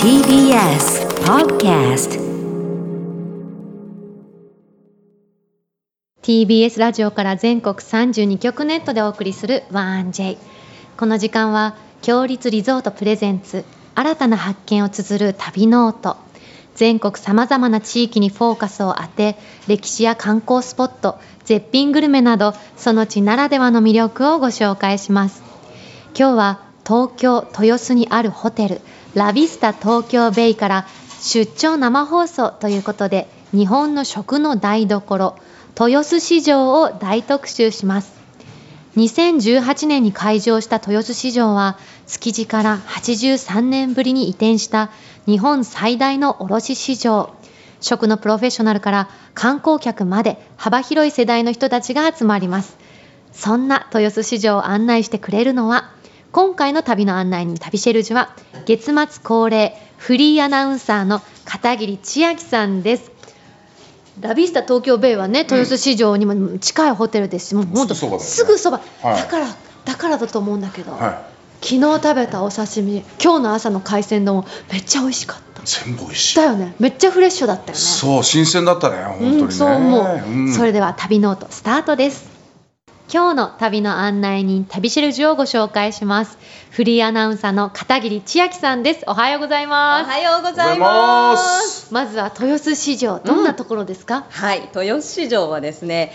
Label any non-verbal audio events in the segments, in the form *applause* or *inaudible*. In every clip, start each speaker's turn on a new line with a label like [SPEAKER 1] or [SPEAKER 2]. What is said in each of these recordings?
[SPEAKER 1] TBS Podcast
[SPEAKER 2] TBS ラジオから全国32局ネットでお送りする 1J この時間は強立リゾートプレゼンツ新たな発見を綴る旅ノート全国さまざまな地域にフォーカスを当て歴史や観光スポット絶品グルメなどその地ならではの魅力をご紹介します今日は東京豊洲にあるホテルラビスタ東京ベイから出張生放送ということで日本の食の台所豊洲市場を大特集します2018年に開場した豊洲市場は築地から83年ぶりに移転した日本最大の卸市場食のプロフェッショナルから観光客まで幅広い世代の人たちが集まりますそんな豊洲市場を案内してくれるのは今回の旅の案内人旅シェルジュは月末恒例フリーアナウンサーの片桐千秋さんですラビスタ東京ベイはね豊洲市場にも近いホテルですし、もうほんと
[SPEAKER 3] すぐそばだよね
[SPEAKER 2] すぐそば、
[SPEAKER 3] はい
[SPEAKER 2] だからだからだと思うんだけど、
[SPEAKER 3] は
[SPEAKER 2] 昨日食べたお刺身今日の朝の海鮮丼めっちゃ美味しかった
[SPEAKER 3] い、全部美味しい、
[SPEAKER 2] だよねめっちゃフレッシュだったよね
[SPEAKER 3] そう新鮮だったね本当にね、
[SPEAKER 2] うん、そう思う、
[SPEAKER 3] ん
[SPEAKER 2] それでは旅ノートスタートです今日の旅の案内人旅しるじをご紹介しますフリーアナウンサーの片桐千秋さんですおはようござい
[SPEAKER 4] お
[SPEAKER 2] ます
[SPEAKER 4] はようご
[SPEAKER 3] おは
[SPEAKER 4] ざ
[SPEAKER 3] よ
[SPEAKER 4] いう
[SPEAKER 3] ござい
[SPEAKER 4] ま。
[SPEAKER 3] ますす
[SPEAKER 2] まずは豊洲市場どんなところですか、
[SPEAKER 4] はい、豊洲市場はですね、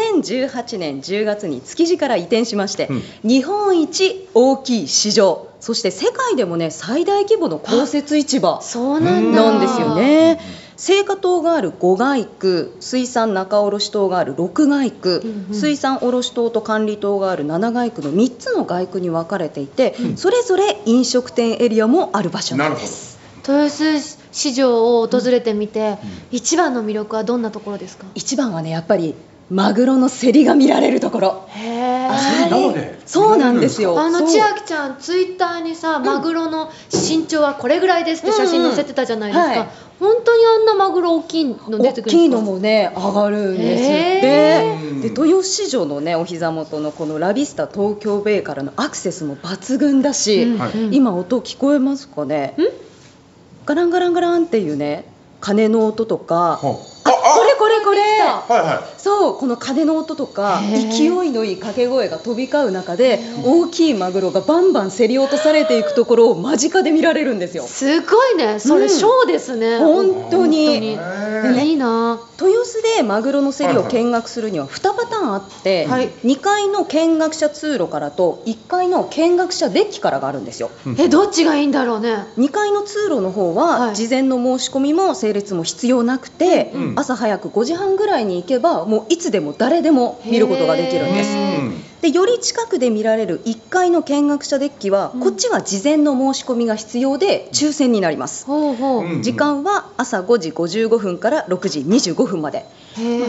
[SPEAKER 4] 2018年10月に築地から移転しまして、
[SPEAKER 3] うん
[SPEAKER 4] 日本一大きい市場、そして世界でもね最大規模の公設市場
[SPEAKER 2] そうなんだ
[SPEAKER 4] なんですよね。青果島がある5街区、水産仲卸島がある6街区、
[SPEAKER 2] うんうん
[SPEAKER 4] 水産卸島と管理島がある7街区の3つの街区に分かれていて、それぞれ飲食店エリアもある場所
[SPEAKER 3] な
[SPEAKER 4] な
[SPEAKER 3] る
[SPEAKER 4] ん
[SPEAKER 3] ほ
[SPEAKER 4] で
[SPEAKER 3] ど
[SPEAKER 4] す。
[SPEAKER 2] 豊洲市場を訪れてみて、一番の魅力はどんなところですか、
[SPEAKER 4] 一番はねやっぱりマグロの競りが見られるところ。
[SPEAKER 2] へえ
[SPEAKER 3] あそれ生で
[SPEAKER 4] そうなんですよ。
[SPEAKER 2] あの
[SPEAKER 4] そう
[SPEAKER 2] 千秋ちゃんツイッターにさマグロの身長はこれぐらいですって写真載せてたじゃないですか、
[SPEAKER 4] うんうんはい
[SPEAKER 2] 本当にあんなマグロ大きいの出てくる
[SPEAKER 4] 大
[SPEAKER 2] んですか
[SPEAKER 4] きいのもね上がるんです
[SPEAKER 2] へ
[SPEAKER 3] ー
[SPEAKER 4] ってで豊洲市場のねお膝元のこのラビスタ東京ベイからのアクセスも抜群だし、
[SPEAKER 2] うん
[SPEAKER 3] はい
[SPEAKER 2] うん
[SPEAKER 4] 今音聞こえますかね、ガランガランガランっていうね鐘の音とか、
[SPEAKER 3] ほう
[SPEAKER 4] あこれこれこれ
[SPEAKER 3] はいは
[SPEAKER 4] そうこの鐘の音とか
[SPEAKER 2] へー
[SPEAKER 4] 勢いのいい掛け声が飛び交う中で大きいマグロがバンバン競り落とされていくところを間近で見られるんですよ。
[SPEAKER 2] すごいねそれ
[SPEAKER 4] うん
[SPEAKER 2] ショーですね、
[SPEAKER 4] 本当に
[SPEAKER 3] 当に
[SPEAKER 2] いいな
[SPEAKER 4] 豊洲でマグロの競りを見学するには2パターンあって、
[SPEAKER 2] はい
[SPEAKER 4] 2階の見学者通路からと1階の見学者デッキからがあるんですよ
[SPEAKER 3] うん
[SPEAKER 2] えどっちがいいんだろうね
[SPEAKER 4] 2階の通路の方
[SPEAKER 2] は
[SPEAKER 4] はい事前の申し込みも整列も必要なくて、
[SPEAKER 3] うんうん
[SPEAKER 4] 朝早く5時半ぐらいに行けばもういつでも誰でも見ることができるんです
[SPEAKER 2] へー
[SPEAKER 4] でより近くで見られる1階の見学者デッキは、
[SPEAKER 2] うん
[SPEAKER 4] こっちは事前の申し込みが必要で抽選になります、
[SPEAKER 2] ほうほう、
[SPEAKER 3] うん
[SPEAKER 4] 時間は朝5時55分から6時25分まで
[SPEAKER 2] へえ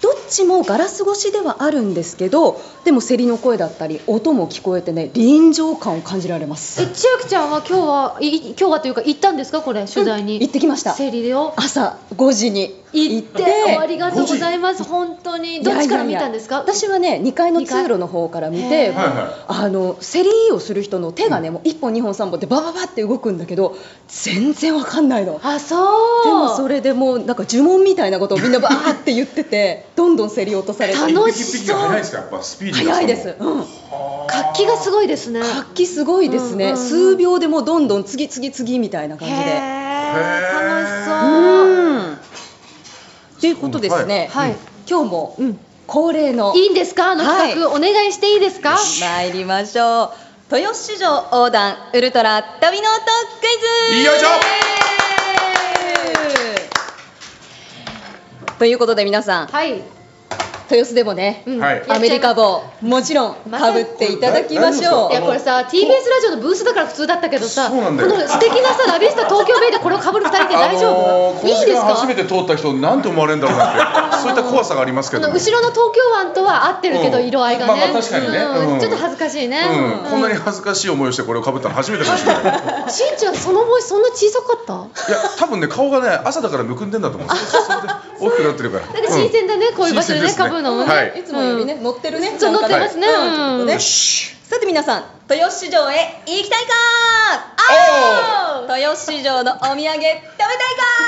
[SPEAKER 4] どっちもガラス越しではあるんですけどでも競りの声だったり音も聞こえてね臨場感を感じられま
[SPEAKER 2] え
[SPEAKER 4] す
[SPEAKER 2] 千秋ちゃんは今日はい今日はというか行ったんですかこれ取材に、
[SPEAKER 4] 行ってきました
[SPEAKER 2] セリを
[SPEAKER 4] 朝5時に
[SPEAKER 2] 行ってありがとうございます本当にどっちから
[SPEAKER 4] いやいやい
[SPEAKER 2] 見
[SPEAKER 4] や
[SPEAKER 2] たんですか
[SPEAKER 4] 私はね2階の通路の方から見て
[SPEAKER 2] 二
[SPEAKER 3] 階へー
[SPEAKER 4] あの競りをする人の手がねもう1本2本3本ってバババって動くんだけど全然わかんないの
[SPEAKER 2] あそう
[SPEAKER 4] でもそれでもうなんか呪文みたいなことを
[SPEAKER 2] *laughs*
[SPEAKER 4] みんなバーって言っててどんどん競り落とされて
[SPEAKER 2] 楽
[SPEAKER 3] 一
[SPEAKER 2] しそう
[SPEAKER 3] 匹一匹が早いですかやっぱスピーディーな
[SPEAKER 4] 早いです、うん、
[SPEAKER 2] 活気がすごいですね
[SPEAKER 4] 活気すごいですね、
[SPEAKER 2] うんうんうん
[SPEAKER 4] 数秒でもうどんどん次次次みたいな感じ
[SPEAKER 2] へ
[SPEAKER 4] で。
[SPEAKER 2] ー楽しそう。
[SPEAKER 4] うんということですね、
[SPEAKER 2] はいはい
[SPEAKER 4] 今日も
[SPEAKER 2] うん
[SPEAKER 4] 恒例の
[SPEAKER 2] いいんですかあの企画、お願いしていいですか
[SPEAKER 4] 参りましょう豊洲市場横断ウルトラ旅の音クイズ
[SPEAKER 3] よいしょ
[SPEAKER 4] ということで皆さん
[SPEAKER 2] はい、
[SPEAKER 4] 豊洲でもね、
[SPEAKER 2] うん
[SPEAKER 3] はい
[SPEAKER 2] やっちゃい
[SPEAKER 4] アメリカ帽もちろん
[SPEAKER 2] また
[SPEAKER 4] かぶっていただきましょ
[SPEAKER 3] こ
[SPEAKER 2] い
[SPEAKER 4] うん
[SPEAKER 2] やこれさ TBS ラジオのブースだから普通だったけどさ
[SPEAKER 3] そうなんだ
[SPEAKER 2] こ
[SPEAKER 3] よ
[SPEAKER 2] の素敵なさラビスタ東京ベイでこれをかぶる2人で大丈夫、
[SPEAKER 3] あのー
[SPEAKER 2] いいんです
[SPEAKER 3] この時間初め
[SPEAKER 2] か
[SPEAKER 3] て通った人なんて思われるんだろうなってそういった怖さがありますけ
[SPEAKER 2] あ
[SPEAKER 3] ど
[SPEAKER 2] の
[SPEAKER 3] ね、
[SPEAKER 2] 後ろの東京湾とは合ってるけど、
[SPEAKER 3] うん
[SPEAKER 2] 色合いがね、
[SPEAKER 3] まあまあ確かにね
[SPEAKER 2] うん
[SPEAKER 3] うん
[SPEAKER 2] ちょっと恥ずかしいね、
[SPEAKER 3] うんこんなに恥ずかしい思いをしてこれをかぶったの初めてかも
[SPEAKER 2] *laughs*
[SPEAKER 3] しれないいや
[SPEAKER 2] しんちゃんその帽子そんな小さかった
[SPEAKER 3] 多分ね顔がね朝だからむくんでんだと思うんですよそれで大きくなってるか
[SPEAKER 2] な
[SPEAKER 3] ら
[SPEAKER 2] んか新鮮だね、こういう場所で
[SPEAKER 3] 新鮮で
[SPEAKER 2] ね
[SPEAKER 3] すね
[SPEAKER 2] かぶるのもね、
[SPEAKER 3] はい
[SPEAKER 4] いつもよりね、乗ってるね
[SPEAKER 2] そう
[SPEAKER 4] なんか
[SPEAKER 2] 乗ってますね
[SPEAKER 4] うんちょっと
[SPEAKER 3] うん
[SPEAKER 4] ね
[SPEAKER 3] よし
[SPEAKER 4] さて皆さん豊洲市場へ行きたいか
[SPEAKER 3] お
[SPEAKER 4] ー
[SPEAKER 5] 豊洲市場のお土産食べたいか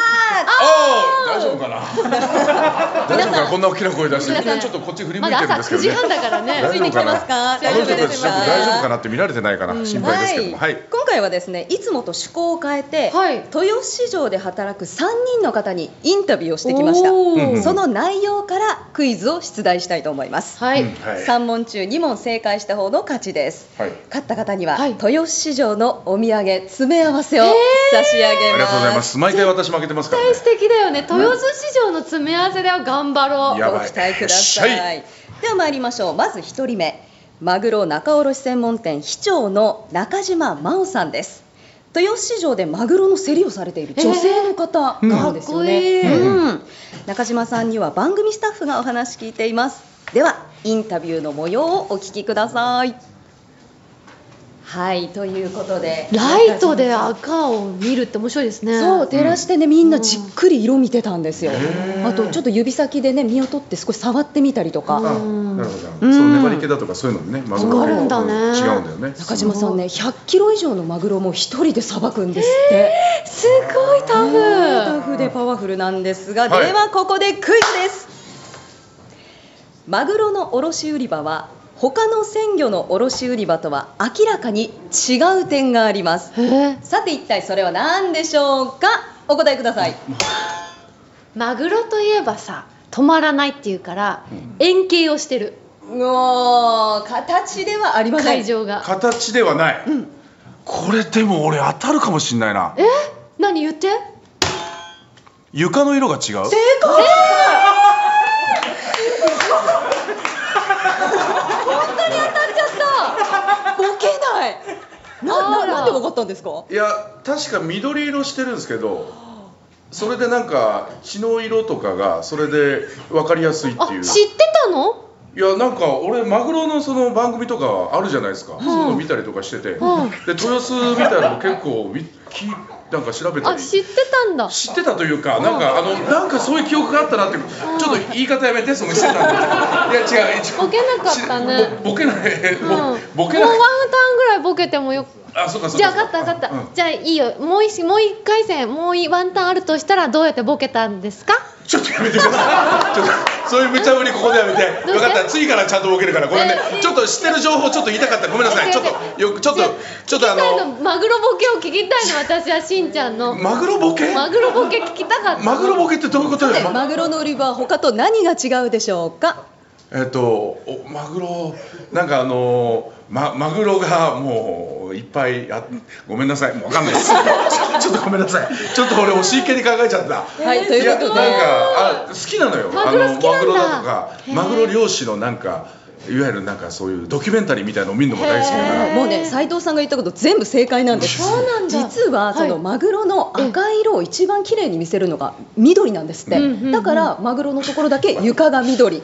[SPEAKER 3] ああ大丈夫かな大丈夫
[SPEAKER 5] 皆さ
[SPEAKER 3] かなんこんな大きな声出して
[SPEAKER 2] 皆
[SPEAKER 3] みん
[SPEAKER 2] さん
[SPEAKER 3] なちょっとこっち振り向
[SPEAKER 2] ま
[SPEAKER 3] い
[SPEAKER 2] だ
[SPEAKER 3] てるん
[SPEAKER 2] 朝
[SPEAKER 3] です
[SPEAKER 2] 9
[SPEAKER 3] けど
[SPEAKER 2] 時半
[SPEAKER 3] ね
[SPEAKER 2] だからね。
[SPEAKER 5] ついてきてますか
[SPEAKER 3] あの人たちちょっと大丈夫かなって見られてないかな、心配ですけどもはい、
[SPEAKER 4] 今回はですねいつもと趣向を変えて、
[SPEAKER 2] はい
[SPEAKER 4] 豊洲市場で働く3人の方にインタビューをしてきました
[SPEAKER 2] おー
[SPEAKER 3] うんうん
[SPEAKER 4] その内容からクイズを出題したいと思います、
[SPEAKER 2] はい。
[SPEAKER 3] うんはい
[SPEAKER 4] 3問中2問正解した方の勝ちです
[SPEAKER 3] はい
[SPEAKER 4] 勝った方には、
[SPEAKER 2] はい
[SPEAKER 4] 豊洲市場のお土産詰め合わせを差し上
[SPEAKER 3] あり
[SPEAKER 4] げま、
[SPEAKER 3] がとうございますす毎回私負けてますからね
[SPEAKER 2] 素敵だよね。豊洲市場の詰め合わせでは頑張ろう。
[SPEAKER 3] やばい
[SPEAKER 4] ご期待くださ
[SPEAKER 3] よっしゃ
[SPEAKER 4] いでは参りましょうまず1人目マグロ仲卸専門店秘長の中島真央さんです豊洲市場でマグロの競りをされている女性の方なんですよね、
[SPEAKER 2] えーかっ
[SPEAKER 3] こいい
[SPEAKER 4] うん中島さんには番組スタッフがお話聞いていますではインタビューの模様をお聞きくださいはいということで
[SPEAKER 2] ライトで赤を見るって面白いですね。
[SPEAKER 4] そう照らしてねみんなじっくり色見てたんですよ、
[SPEAKER 3] うん
[SPEAKER 4] あとちょっと指先でね身を取って少し触ってみたりとか、
[SPEAKER 3] あ
[SPEAKER 2] うん
[SPEAKER 3] なるほど、
[SPEAKER 4] うん
[SPEAKER 3] その粘り気だとかそういうのにねマグロ
[SPEAKER 2] わかるんだね
[SPEAKER 3] 違うんだよね
[SPEAKER 4] 中島さんね100キロ以上のマグロも一人でさばくんですって、
[SPEAKER 2] すごいタフ。
[SPEAKER 4] タフでパワフルなんですが、
[SPEAKER 3] はい
[SPEAKER 4] ではここでクイズですマグロの卸売り場は他の鮮魚の卸売り場とは明らかに違う点があります
[SPEAKER 2] えー
[SPEAKER 4] さて一体それは何でしょうかお答えください
[SPEAKER 2] マグロといえばさ止まらないっていうから円形をしてる
[SPEAKER 4] もう形ではありません
[SPEAKER 2] 会場が
[SPEAKER 3] 形ではない、これでも俺当たるかもしんないな
[SPEAKER 2] え何言って
[SPEAKER 3] 床の色が違う
[SPEAKER 4] 正解本当に当たっちゃったボケないなななんでわかったんですか
[SPEAKER 3] いや確か緑色してるんですけどそれでなんか血の色とかがそれで分かりやすいって
[SPEAKER 2] あ
[SPEAKER 3] いう
[SPEAKER 2] 知ってたの
[SPEAKER 3] いやなんか俺マグロのその番組とかあるじゃないですか、そういうの見たりとかしてて、
[SPEAKER 2] うん
[SPEAKER 3] で豊洲みたいなの結構みきなんか調べた
[SPEAKER 2] あ
[SPEAKER 3] り
[SPEAKER 2] 知ってたんだ
[SPEAKER 3] 知ってたというか、なんか、あの、なんかそういう記憶があったなって、ちょっと言い方やめて、そのしてた
[SPEAKER 2] *laughs*
[SPEAKER 3] んで。いや、違う、一応
[SPEAKER 2] ボケなかったね
[SPEAKER 3] しぼボケない、
[SPEAKER 2] うん、
[SPEAKER 3] ぼボケ
[SPEAKER 2] もう
[SPEAKER 3] な
[SPEAKER 2] ワ
[SPEAKER 3] い
[SPEAKER 2] ン。ターンぐらいボケてもよ
[SPEAKER 3] あ、そうか、そうか。
[SPEAKER 2] じゃあ分かった分かった、
[SPEAKER 3] うん
[SPEAKER 2] じゃあいいよもう一もう一回戦もういワンターンあるとしたらどうやってボケたんですか
[SPEAKER 3] ちょっとやめてください。ちょっと、そういう無茶ぶり、ここでやめて。
[SPEAKER 2] どうし
[SPEAKER 3] 分
[SPEAKER 2] て
[SPEAKER 3] かった、次からちゃんとボケるから、ごめんね
[SPEAKER 2] え。
[SPEAKER 3] ちょっと知ってる情報、ちょっと言いたかった、ごめんなさい。ちょっと、よく、ちょっと、ちょっと、あ
[SPEAKER 2] 今回
[SPEAKER 3] の、
[SPEAKER 2] のマグロボケを聞きたいの私はしんちゃんの
[SPEAKER 3] マグロボケ。
[SPEAKER 2] マグロボケ聞きたかった
[SPEAKER 3] マグロボケってどういうことよ。ま
[SPEAKER 4] マグロの売り場は他と何が違うでしょうか
[SPEAKER 3] えっと、おマグロ、なんかあのーま、マグロがもういっぱいあ、ごめんなさい、もうわかんないです。ちょちょっとごめんなさい、ちょっと俺、おしいけに考えちゃった。
[SPEAKER 4] はいと
[SPEAKER 3] い
[SPEAKER 4] いう
[SPEAKER 3] や、
[SPEAKER 4] こ
[SPEAKER 3] なん
[SPEAKER 4] とで
[SPEAKER 3] か、あ、好きなのよ、
[SPEAKER 2] マグロ好きなんだ
[SPEAKER 3] マグロだとか、マグロ漁師のなんか、いわゆるなんかそういうドキュメンタリーみたいのを見るのも大好きだから。
[SPEAKER 4] もうね斉藤さんが言ったこと全部正解なんです
[SPEAKER 2] そうなんだ
[SPEAKER 4] 実はその
[SPEAKER 2] はい
[SPEAKER 4] マグロの赤い色を一番綺麗に見せるのが緑なんですって、
[SPEAKER 2] うんうんうん
[SPEAKER 4] だからマグロのところだけ床が緑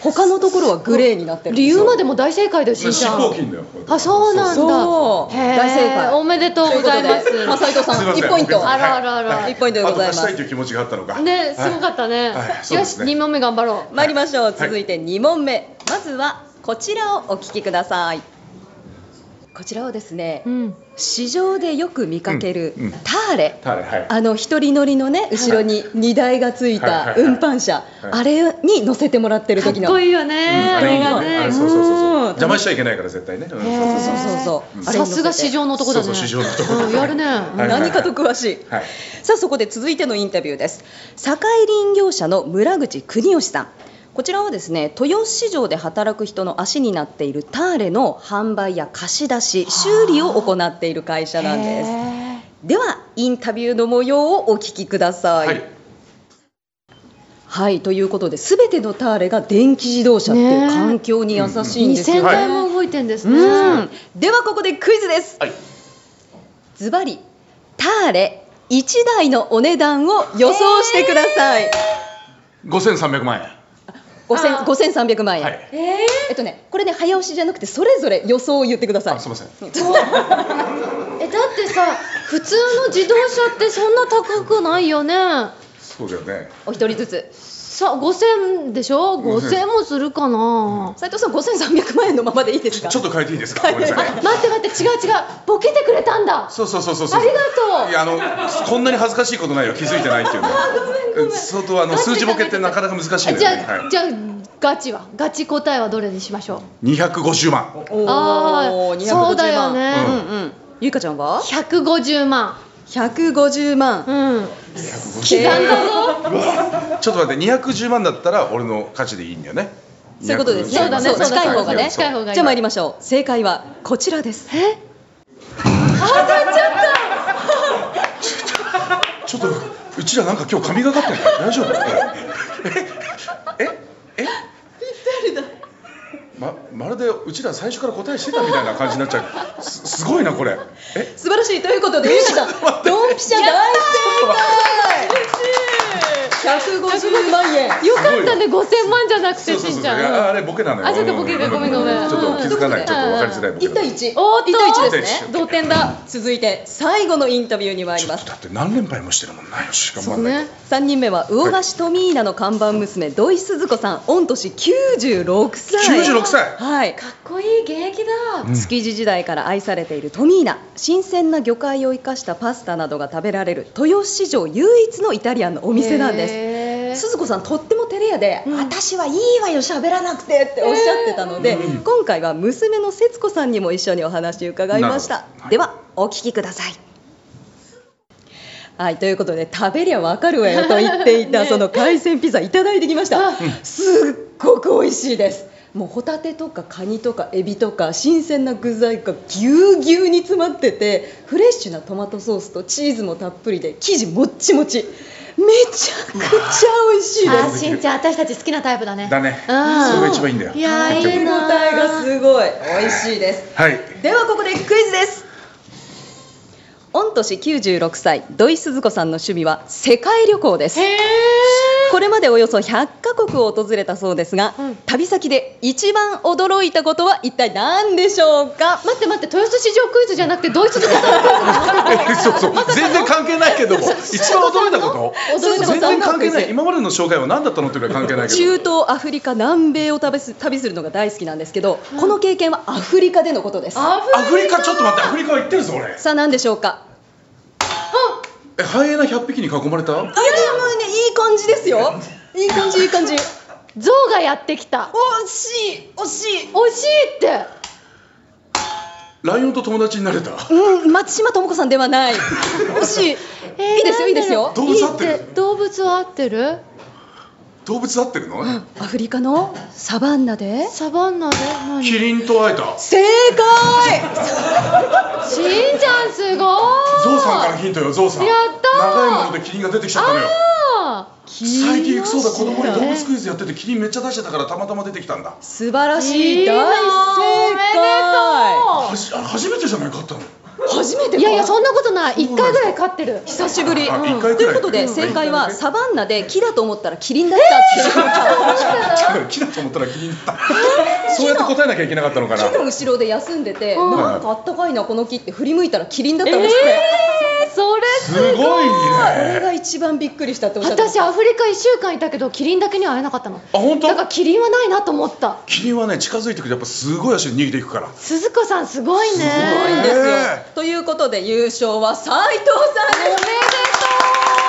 [SPEAKER 4] 他のところはグレーになってるんです
[SPEAKER 2] 理由までも大正解だよしんち
[SPEAKER 3] 脂
[SPEAKER 2] ゃん
[SPEAKER 3] 肪菌だよ。これ
[SPEAKER 2] あそうなんだ
[SPEAKER 4] そう
[SPEAKER 2] へー
[SPEAKER 4] 大正解
[SPEAKER 2] おめでとうございます
[SPEAKER 4] ということでまあ、斉藤
[SPEAKER 3] すい
[SPEAKER 4] さ
[SPEAKER 3] ま
[SPEAKER 4] ん
[SPEAKER 3] せん
[SPEAKER 4] 一ポイン
[SPEAKER 3] ご
[SPEAKER 4] ト
[SPEAKER 3] めん
[SPEAKER 2] あ
[SPEAKER 3] なさい
[SPEAKER 2] らあらあら
[SPEAKER 3] はい
[SPEAKER 4] 一ポイントでございます
[SPEAKER 3] あと貸したいという気持ちがあったのか。
[SPEAKER 2] ね、すごかったね。
[SPEAKER 3] はいそう
[SPEAKER 2] よ
[SPEAKER 3] で
[SPEAKER 2] し、
[SPEAKER 3] すね
[SPEAKER 2] 二問目頑張ろう。
[SPEAKER 4] 参りましょう
[SPEAKER 3] はい
[SPEAKER 4] 続いて2問目、まずはこちらをお聞きくださいこちらをですね、
[SPEAKER 2] うん。
[SPEAKER 4] 市場でよく見かける
[SPEAKER 3] うんうん
[SPEAKER 4] ターレ、
[SPEAKER 3] たれ、はい。
[SPEAKER 4] あの一人乗りのね後ろに荷台がつい
[SPEAKER 3] はいは
[SPEAKER 4] た
[SPEAKER 3] いはい
[SPEAKER 4] 運搬車、
[SPEAKER 3] はい
[SPEAKER 4] あれに乗せてもらってる
[SPEAKER 2] かっ
[SPEAKER 4] 時の
[SPEAKER 2] こいいよね。
[SPEAKER 3] あ
[SPEAKER 2] あれ
[SPEAKER 3] れ
[SPEAKER 2] が
[SPEAKER 3] あ
[SPEAKER 2] ね
[SPEAKER 3] れ。そうそうそうそう
[SPEAKER 4] うん
[SPEAKER 3] 邪魔しちゃいけないから絶対ね、うんそうそうそう
[SPEAKER 4] そうそうそう、あれに乗
[SPEAKER 2] さ
[SPEAKER 4] せて
[SPEAKER 2] すが市場の男だね。
[SPEAKER 3] そうそう市場の男だ
[SPEAKER 2] う
[SPEAKER 3] ね
[SPEAKER 2] んやるね。
[SPEAKER 3] いはい
[SPEAKER 4] 何かと詳しい、
[SPEAKER 3] はい
[SPEAKER 4] さあそこで続いてのインタビューです堺林業者の村口邦義さんこちらはですね豊洲市場で働く人の足になっているターレの販売や貸し出し修理を行っている会社なんです
[SPEAKER 2] へ
[SPEAKER 4] ではインタビューの模様をお聞きください
[SPEAKER 3] は
[SPEAKER 4] はいい、ということで全てのターレが電気自動車って
[SPEAKER 2] ねえ
[SPEAKER 4] 環境に優し
[SPEAKER 2] ー。
[SPEAKER 4] いん
[SPEAKER 2] 二
[SPEAKER 4] です
[SPEAKER 2] 千
[SPEAKER 4] よね、
[SPEAKER 3] はい
[SPEAKER 2] 台も動いてんですね。
[SPEAKER 4] うんではここでクイズです
[SPEAKER 3] はい
[SPEAKER 4] ズバリターレ1台のお値段を予想してください、
[SPEAKER 3] 5300万円
[SPEAKER 4] 5000
[SPEAKER 2] あー
[SPEAKER 4] 5300万円、
[SPEAKER 3] はい
[SPEAKER 2] えー
[SPEAKER 4] えっとねこれね早押しじゃなくてそれぞれ予想を言ってください
[SPEAKER 3] あすいません
[SPEAKER 4] *laughs*
[SPEAKER 2] え、だってさ、普通の自動車ってそんな高くないよね。
[SPEAKER 3] そうだよね
[SPEAKER 4] お一人ずつ
[SPEAKER 2] さ5000でしょ5000もするかな
[SPEAKER 4] 斉藤さん5300万円のままでいいですか
[SPEAKER 3] ちょっと変えていいですかごめんなさい
[SPEAKER 2] 待って待って違う違うボケてくれたんだ
[SPEAKER 3] そうそうそうそうそう
[SPEAKER 2] ありがとう
[SPEAKER 3] いやあのこんなに恥ずかしいことないよ気づいてないっていうね相当あの
[SPEAKER 2] ガチじゃ
[SPEAKER 3] 数
[SPEAKER 2] なくて
[SPEAKER 3] 字ボケってなかなか難しいのよ
[SPEAKER 2] じ
[SPEAKER 3] ね
[SPEAKER 2] ゃ
[SPEAKER 3] は
[SPEAKER 2] あ
[SPEAKER 3] い
[SPEAKER 2] じゃあガチはガチ答えはどれにしましょ
[SPEAKER 3] 250万
[SPEAKER 4] おー
[SPEAKER 2] あー
[SPEAKER 4] 250万
[SPEAKER 2] そうだよね
[SPEAKER 4] うんうんゆいかちゃん
[SPEAKER 2] う
[SPEAKER 4] は
[SPEAKER 2] 150万
[SPEAKER 4] 150万
[SPEAKER 2] うん
[SPEAKER 3] 150
[SPEAKER 2] 刻んだぞ
[SPEAKER 3] ちょっと待って210万だったら俺の価値でいいんだよね
[SPEAKER 4] そういうことですね
[SPEAKER 2] そうだね
[SPEAKER 3] 250万
[SPEAKER 2] 近い方がね
[SPEAKER 3] はい
[SPEAKER 2] 近い方がいい
[SPEAKER 4] じゃあ参りましょう正解はこちらです
[SPEAKER 2] え当たっちゃった
[SPEAKER 3] ちょっとうちらなんか今日神がかってる大丈夫えええぴったりだままるでうちら最初から答えしてたみたいな感じになっちゃうすすごいなこれえ
[SPEAKER 4] 素晴らしいということでゆいか
[SPEAKER 3] *laughs*
[SPEAKER 4] ちゃんドンピシャ大正解150万円
[SPEAKER 2] よかったね5000万じゃなく
[SPEAKER 3] そ
[SPEAKER 2] て
[SPEAKER 3] うそう
[SPEAKER 2] し
[SPEAKER 3] そ
[SPEAKER 2] んち
[SPEAKER 3] うそう
[SPEAKER 2] ゃん
[SPEAKER 3] ああれボケなのよ
[SPEAKER 2] あちょっとボケが
[SPEAKER 3] うん
[SPEAKER 2] ごめんごめん
[SPEAKER 3] ちょっと気づかな
[SPEAKER 2] うん
[SPEAKER 3] いちょっと分かりづらいボケ
[SPEAKER 4] 1
[SPEAKER 3] だ
[SPEAKER 4] 対1
[SPEAKER 2] おーっと
[SPEAKER 4] 1対1ですね
[SPEAKER 3] 一
[SPEAKER 2] 同点だ
[SPEAKER 4] 続いて最後のインタビューに参り
[SPEAKER 3] ちょ
[SPEAKER 4] ま
[SPEAKER 3] っ
[SPEAKER 4] す
[SPEAKER 3] とだって何連敗もしてるもんなよし頑張
[SPEAKER 2] そ
[SPEAKER 3] ん
[SPEAKER 2] う
[SPEAKER 3] ない
[SPEAKER 2] ね
[SPEAKER 3] と
[SPEAKER 4] 3人目は魚菓子トミーナの看板娘土井鈴子さん御年96歳
[SPEAKER 3] 96歳
[SPEAKER 4] はい
[SPEAKER 2] かっこいい現役だ
[SPEAKER 3] うん
[SPEAKER 4] 築地時代から愛されているトミーナ新鮮な魚介を生かしたパスタなどが食べられる豊洲市場唯一のイタリアンのお店なんです
[SPEAKER 2] です
[SPEAKER 4] 鈴子さんとっても照れ屋で、
[SPEAKER 2] うん
[SPEAKER 4] 私はいいわよ喋らなくてっておっしゃってたので、今回は娘の節子さんにも一緒にお話伺いました
[SPEAKER 3] なるほどはい
[SPEAKER 4] ではお聞きくださいはいということで食べりゃわかるわよと言っていた、その海鮮ピザいただいてきました、すっごく美味しいですもうホタテとかカニとかエビとか新鮮な具材がぎゅうぎゅうに詰まっててフレッシュなトマトソースとチーズもたっぷりで生地もっちもちめちゃくちゃ美味しいです
[SPEAKER 2] あしんちゃん私たち好きなタイプだね
[SPEAKER 3] だね
[SPEAKER 2] うん
[SPEAKER 3] それが一番いいんだよ
[SPEAKER 2] いやーい
[SPEAKER 4] 食
[SPEAKER 2] い
[SPEAKER 4] べ応
[SPEAKER 2] な
[SPEAKER 4] えがすごい美味しいです
[SPEAKER 2] *laughs*
[SPEAKER 3] はい
[SPEAKER 4] ではここでクイズです御年96歳土井鈴子さんの趣味は世界旅行です
[SPEAKER 2] へえ
[SPEAKER 4] これまでおよそ100カ国を訪れたそうですが、
[SPEAKER 2] うん
[SPEAKER 4] 旅先で一番驚いたことは一体何でしょうか
[SPEAKER 2] 待って待って豊洲市場クイズじゃなくてドイツのことのクイズなの
[SPEAKER 3] そうそう全然関係ないけども一番驚いたこ
[SPEAKER 2] 鈴子さ
[SPEAKER 3] と
[SPEAKER 2] ん
[SPEAKER 3] 全
[SPEAKER 2] の
[SPEAKER 3] 然関係ない今までの紹介は何だったのっていうのは関係ないけど
[SPEAKER 4] 中東アフリカ南米を旅す旅するのが大好きなんですけど、この経験はアフリカでのことです
[SPEAKER 2] あ
[SPEAKER 3] アフリカちょっと待ってアフリカは行ってるぞ俺
[SPEAKER 4] さあ何でしょうか
[SPEAKER 3] えハイエナ100匹に囲まれた
[SPEAKER 4] いやでもねいい感じですよいい感じいい感じ
[SPEAKER 2] ぶ象がやってきた
[SPEAKER 4] 惜しい惜し
[SPEAKER 2] 惜しい
[SPEAKER 4] い
[SPEAKER 2] って
[SPEAKER 3] ライオンと友達になれた
[SPEAKER 4] うん松島智子さんではない惜しい、
[SPEAKER 2] えー
[SPEAKER 4] いいですよいいです
[SPEAKER 2] なん
[SPEAKER 4] よ
[SPEAKER 2] だろう
[SPEAKER 3] 動物合ってる
[SPEAKER 2] いい動物は合ってる
[SPEAKER 3] 動物合ってるの
[SPEAKER 4] アフリカのサバンナで
[SPEAKER 2] サバンナで何しん
[SPEAKER 3] キリンと会えた
[SPEAKER 4] 正解
[SPEAKER 2] ちゃんすご
[SPEAKER 3] ゾウさんか
[SPEAKER 2] ー
[SPEAKER 3] らヒントよゾウさん
[SPEAKER 2] やったー
[SPEAKER 3] 長いものでキリンが出てきちゃったのよ
[SPEAKER 2] あ
[SPEAKER 3] 最近そうだ子供に動
[SPEAKER 2] ね
[SPEAKER 3] 物クイズやっててキリンめっちゃ出してたからたまたま出てきたんだ
[SPEAKER 4] 素晴ら
[SPEAKER 2] ー
[SPEAKER 4] し
[SPEAKER 2] い
[SPEAKER 4] い
[SPEAKER 2] いなー
[SPEAKER 4] 大正
[SPEAKER 2] おめ
[SPEAKER 3] は
[SPEAKER 2] でと
[SPEAKER 3] じあ初めてじゃないかったの
[SPEAKER 4] 解初め
[SPEAKER 2] う
[SPEAKER 4] てか
[SPEAKER 2] いやいやそんなことない一回ぐらい飼ってる
[SPEAKER 4] 久しぶり、
[SPEAKER 3] あ一回くらい
[SPEAKER 4] ということで
[SPEAKER 3] うん
[SPEAKER 4] 正解
[SPEAKER 3] う
[SPEAKER 4] は
[SPEAKER 3] ん
[SPEAKER 4] サバンナで木だと思ったらキリンだったっていう、
[SPEAKER 3] *laughs* 木だと思ったらキリンだったそうやって答えなきゃいけなかったのかな
[SPEAKER 4] 木の後ろで休んでて、
[SPEAKER 2] うん
[SPEAKER 4] なんかあったかいなこの木って振り向いたらキリンだったんですって、
[SPEAKER 2] えーそれ
[SPEAKER 3] すごい
[SPEAKER 4] これ
[SPEAKER 3] ね
[SPEAKER 4] が一番びっくりしたっておっしゃってまし
[SPEAKER 2] 私
[SPEAKER 4] た
[SPEAKER 2] アフリカ1週間いたけどキリンだけには会えなかったの
[SPEAKER 3] あ本当
[SPEAKER 2] だからキリンはないなと思った
[SPEAKER 3] キリンはね近づいてくるとやっぱすごい足で逃げていくから
[SPEAKER 2] 鈴子さんすごいね
[SPEAKER 4] すごいんですよ
[SPEAKER 3] ねえ。
[SPEAKER 4] ということで優勝は斉藤さん
[SPEAKER 2] おめ
[SPEAKER 4] で。
[SPEAKER 2] ですとう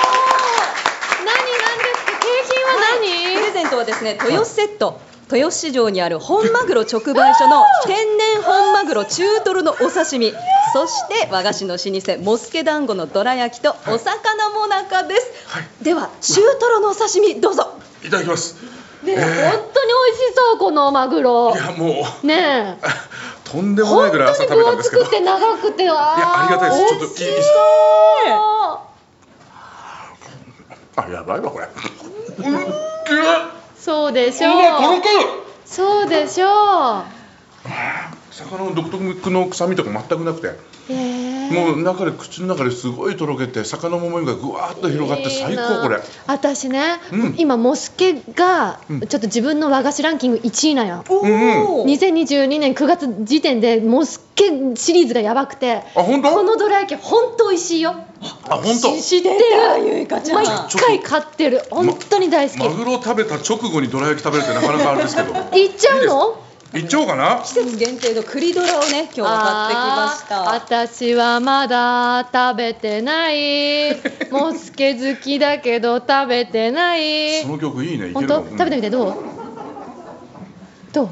[SPEAKER 2] 何なんですか景品
[SPEAKER 4] *laughs*
[SPEAKER 2] は何、
[SPEAKER 4] プレゼントはですね豊洲セット。豊洲市場にある本マグロ直売所の天然本マグロ中トロのお刺身そして和菓子の老舗モスケ団子のどら焼きとお魚もなかです、
[SPEAKER 3] はい
[SPEAKER 4] では中トロのお刺身どうぞ
[SPEAKER 3] いただきます
[SPEAKER 2] ねえ、
[SPEAKER 3] え
[SPEAKER 2] 本当に美味しそうこのマグロ
[SPEAKER 3] いやもう
[SPEAKER 2] ねえ
[SPEAKER 3] *laughs* とんでもな
[SPEAKER 2] 本
[SPEAKER 3] い
[SPEAKER 2] 当
[SPEAKER 3] ぐ
[SPEAKER 2] に
[SPEAKER 3] らい朝食べたん
[SPEAKER 2] 分
[SPEAKER 3] ですけど
[SPEAKER 2] 厚
[SPEAKER 3] い
[SPEAKER 2] くて長くていや
[SPEAKER 3] やありがたいですちょっといいいいですかあやばいわこれうんうわ
[SPEAKER 2] そうでしょう
[SPEAKER 3] とろける
[SPEAKER 2] そうでしょう
[SPEAKER 3] 魚の独特の臭みとか全くなくて
[SPEAKER 2] ええ
[SPEAKER 3] もう中で口の中ですごいとろけて魚のもみがぐわーっと広がって最高これ
[SPEAKER 2] いいな私ね、
[SPEAKER 3] うん
[SPEAKER 2] 今モスケが
[SPEAKER 3] うん
[SPEAKER 2] ちょっと自分の和菓子ランキング1位なんよ、
[SPEAKER 3] うん
[SPEAKER 4] おー
[SPEAKER 2] 2022年9月時点でモスケシリーズがやばくて
[SPEAKER 3] あ本
[SPEAKER 2] こ
[SPEAKER 3] 当
[SPEAKER 2] のどら焼き本当美味しいよ
[SPEAKER 3] あ本当
[SPEAKER 4] 知ってたゆいかちゃん
[SPEAKER 2] 毎回買ってる本当に大好き
[SPEAKER 3] マグロを食べた直後にどら焼き食べるってなかなかあれですけど
[SPEAKER 2] 行っちゃうの
[SPEAKER 3] いっちゃおうかな
[SPEAKER 4] 季節限定の栗ドラをね今日は買ってきま
[SPEAKER 2] あー
[SPEAKER 4] した
[SPEAKER 2] 私はまだ食べて
[SPEAKER 3] *laughs*
[SPEAKER 2] ないモスケ好きだけど食べてない
[SPEAKER 3] その曲いいねいけ
[SPEAKER 2] 本
[SPEAKER 3] るか
[SPEAKER 2] 当
[SPEAKER 3] も
[SPEAKER 2] 食べてみてどうどう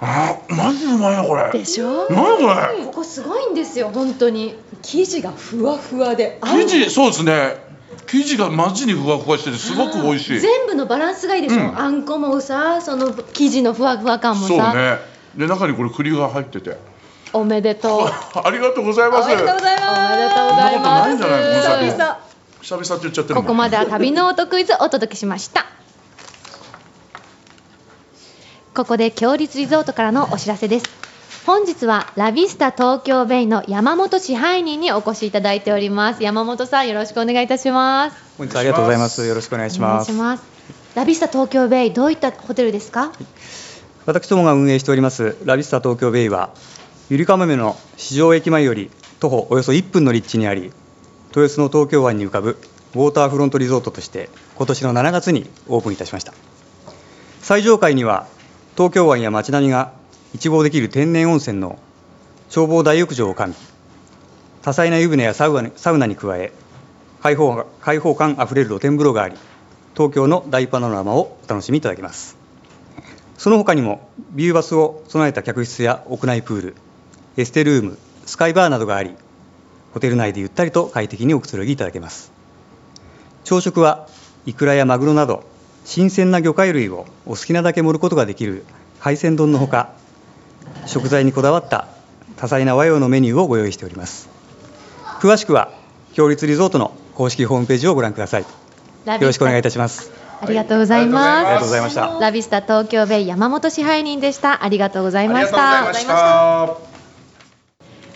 [SPEAKER 3] あーマジでうまいなこれ
[SPEAKER 2] でしょ
[SPEAKER 3] 何これ
[SPEAKER 2] ここすごいんですよ本当に
[SPEAKER 4] 生地がふわふわであん
[SPEAKER 3] 生地そうですね生地がマジにふわふわしててすごく美味しい
[SPEAKER 2] 全部のバランスがいいでしょ、
[SPEAKER 3] うん
[SPEAKER 2] あんこもさその生地のふわふわ感も
[SPEAKER 3] そう
[SPEAKER 2] さ、
[SPEAKER 3] ねで中にこれ栗が入ってて
[SPEAKER 2] おめでとうおめで
[SPEAKER 3] あありがとうございます
[SPEAKER 4] おめでとうござい
[SPEAKER 2] とうご
[SPEAKER 4] ま
[SPEAKER 2] ざ
[SPEAKER 4] す
[SPEAKER 2] いま
[SPEAKER 3] そんなことないんじゃない
[SPEAKER 2] す
[SPEAKER 3] この先久々って言っちゃってるも
[SPEAKER 2] こ
[SPEAKER 3] ん
[SPEAKER 2] こまでは旅の音クイズお届けしましたここで強立リゾートからのお知らせです本日はラビスタ東京ベイの山本支配人にお越しいただいております山本さんよろしくお願いいたします
[SPEAKER 6] 本日はありがとうございます。よろしくお願いします。
[SPEAKER 2] お願いしますラビスタ東京ベイどういったホテルですか
[SPEAKER 6] 私どもが運営しておりますラビスタ東京ベイは、ゆりかもめの市場駅前より徒歩およそ1分の立地にあり、豊洲の東京湾に浮かぶウォーターフロントリゾートとして今年の7月にオープンいたしました。最上階には東京湾や街並みが一望できる天然温泉の眺望大浴場を完備。多彩な湯船やサウナサウナに加え開放開放感あふれる露天風呂があり東京の大パノラマをお楽しみいただけますその他にもビューバスを備えた客室や屋内プールエステルームスカイバーなどがありホテル内でゆったりと快適におくつろぎいただけます朝食はイクラやマグロなど新鮮な魚介類をお好きなだけ盛ることができる海鮮丼のほか食材にこだわった多彩な和洋のメニューをご用意しております詳しくは強立リゾートの公式ホームページをご覧くださいよ
[SPEAKER 2] よ
[SPEAKER 6] ろしくお願いいたします
[SPEAKER 2] ありがとうございます、
[SPEAKER 6] ありがとうございました
[SPEAKER 2] ラビスタ東京ベイ山本支配人でしたありがとうござ
[SPEAKER 3] あ
[SPEAKER 2] い
[SPEAKER 3] りが
[SPEAKER 2] ま
[SPEAKER 3] とう
[SPEAKER 2] し
[SPEAKER 3] ござい
[SPEAKER 2] た
[SPEAKER 3] ました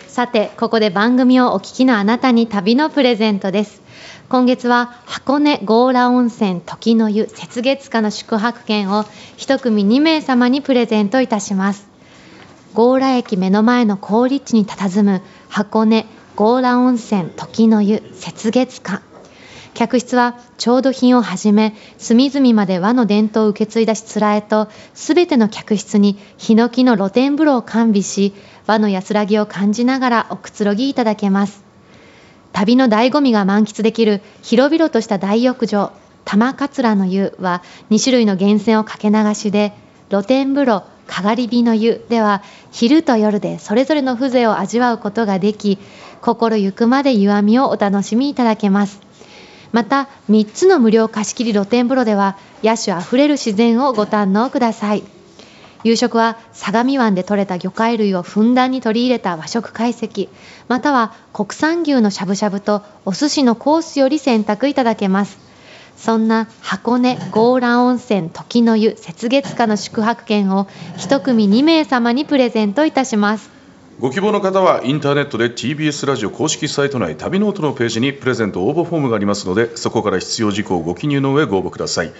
[SPEAKER 2] さてここで番組をお聞きのあなたに旅のプレゼントです今月は箱根強羅温泉時の湯雪月花の宿泊券を一組2名様にプレゼントいたします強羅駅目の前の高立地に佇む箱根強羅温泉時の湯雪月花客室は調度品をはじめ隅々まで和の伝統を受け継いだしつらえとすべての客室にヒノキの露天風呂を完備し和の安らぎを感じながらおくつろぎいただけます旅の醍醐味が満喫できる広々とした大浴場玉桂の湯は2種類の源泉をかけ流しで露天風呂かがり火の湯では昼と夜でそれぞれの風情を味わうことができ心ゆくまで湯あみをお楽しみいただけますまた3つの無料貸し切り露天風呂では野手あふれる自然をご堪能ください夕食は相模湾で採れた魚介類をふんだんに取り入れた和食懐石または国産牛のしゃぶしゃぶとお寿司のコースより選択いただけますそんな箱根強羅温泉時の湯雪月花の宿泊券を一組2名様にプレゼントいたします
[SPEAKER 3] ご希望の方はインターネットで TBS ラジオ公式サイト内旅ノートのページにプレゼント応募フォームがありますのでそこから必要事項をご記入の上ご応募ください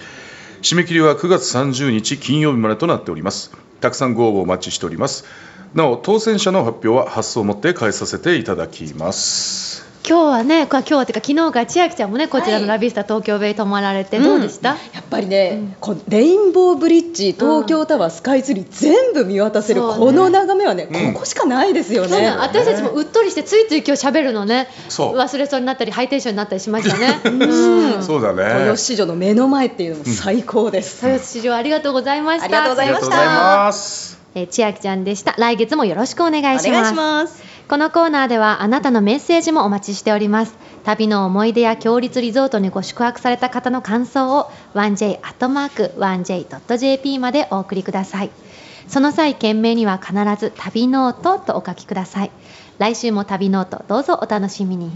[SPEAKER 3] 締め切りは9月30日金曜日までとなっておりますたくさんご応募お待ちしておりますなお当選者の発表は発送をもって返させていただきます
[SPEAKER 2] 今日はねこ今日はてか昨日から千秋ちゃんもねこちらの「ラビスタ東京ベイ」泊まられてどうでした、
[SPEAKER 4] やっぱりね、このレインボーブリッジ東京タワー、スカイツリー全部見渡せる、
[SPEAKER 2] そうね
[SPEAKER 4] この眺めはね、
[SPEAKER 3] うん
[SPEAKER 4] ここしかないですよ
[SPEAKER 2] そう
[SPEAKER 4] ね
[SPEAKER 2] なの私たちもうっとりしてついつい今日喋るのね
[SPEAKER 3] そう
[SPEAKER 2] 忘れそうになったりハイテンションになったりしました
[SPEAKER 4] *laughs*
[SPEAKER 2] ねうん
[SPEAKER 3] そうだね
[SPEAKER 4] 豊洲市場の目の前っていうのも最高です、
[SPEAKER 2] 豊洲市場ありがとうございました
[SPEAKER 4] ありがとうご
[SPEAKER 3] あ
[SPEAKER 4] ざ
[SPEAKER 3] り
[SPEAKER 4] い
[SPEAKER 3] が
[SPEAKER 4] ま
[SPEAKER 3] とう
[SPEAKER 4] し
[SPEAKER 3] ご
[SPEAKER 4] た
[SPEAKER 3] ざいます
[SPEAKER 2] えー千秋ちゃんでした来月もよろしくお願いしま
[SPEAKER 4] お
[SPEAKER 2] す
[SPEAKER 4] 願いします
[SPEAKER 2] このコーナーではあなたのメッセージもお待ちしております旅の思い出や強立リゾートにご宿泊された方の感想を 1j.1j.jp までお送りくださいその際件名には必ず旅ノートとお書きください来週も旅ノートどうぞお楽しみに